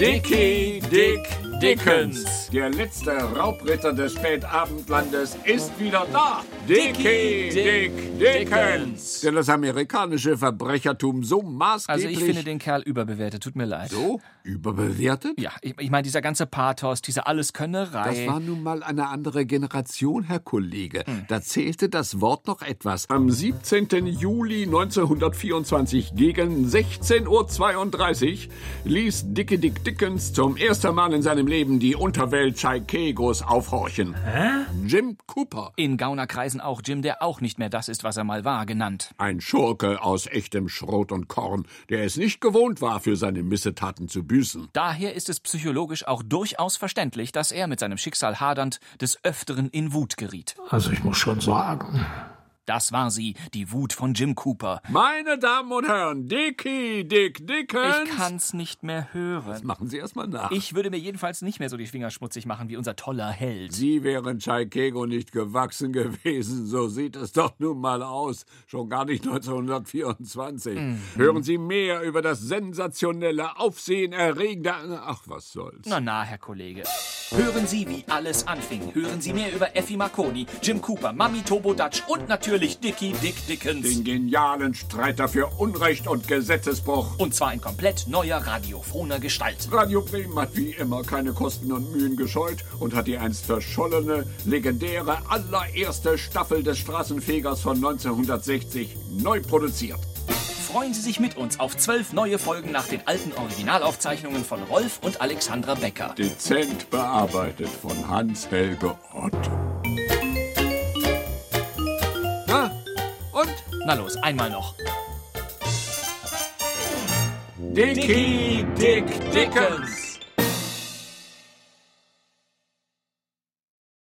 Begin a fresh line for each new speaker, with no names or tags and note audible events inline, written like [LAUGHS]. Dicky Dick Dickens.
Der letzte Raubritter des Spätabendlandes ist wieder da.
Dickie Dick Dickens.
Der das amerikanische Verbrechertum so
Also
maßgeblich
ich finde den Kerl überbewertet, tut mir leid.
so überbewertet?
Ja, ich, ich meine, dieser ganze Pathos, diese Alleskönnerei.
Das war nun mal eine andere Generation, Herr Kollege.
Hm.
Da zählte das Wort noch etwas. Am 17. Juli 1924 gegen 16.32 Uhr ließ Dickie Dick Dickens zum ersten Mal in seinem Leben die Unterwelt Tschaikegos aufhorchen. Jim Cooper,
in Gaunerkreisen auch Jim, der auch nicht mehr das ist, was er mal war, genannt.
ein Schurke aus echtem Schrot und Korn, der es nicht gewohnt war, für seine Missetaten zu büßen.
Daher ist es psychologisch auch durchaus verständlich, dass er mit seinem Schicksal hadernd des Öfteren in Wut geriet.
Also ich muss schon sagen,
Das war sie, die Wut von Jim Cooper.
Meine Damen und Herren, Dickie Dick Dickens.
Ich kann's nicht mehr hören.
Machen Sie erst mal nach.
Ich würde mir jedenfalls nicht mehr so die Finger schmutzig machen wie unser toller Held.
Sie wären Tschaikego nicht gewachsen [LAUGHS] gewesen, so sieht es doch nun mal aus, schon gar nicht 1924. Hören Sie mehr über das sensationelle, aufsehenerregende, ach was soll's.
Na na, Herr Kollege. Hören Sie, wie alles anfing. Hören Sie mehr über Effi Marconi, Jim Cooper, Mami Tobodatsch und natürlich Dicky Dick Dickens.
Den genialen Streiter für Unrecht und Gesetzesbruch.
Und zwar in komplett neuer, radiophoner Gestalt.
Radio Bremen hat wie immer keine Kosten und Mühen gescheut und hat die einst verschollene, legendäre, allererste Staffel des Straßenfegers von 1960 neu produziert.
Freuen Sie sich mit uns auf zwölf neue Folgen nach den alten Originalaufzeichnungen von Rolf und Alexandra Becker.
Dezent bearbeitet von Hans-Helge Otto. Na, und?
Na los, einmal noch.
Dicky Dick Dickens!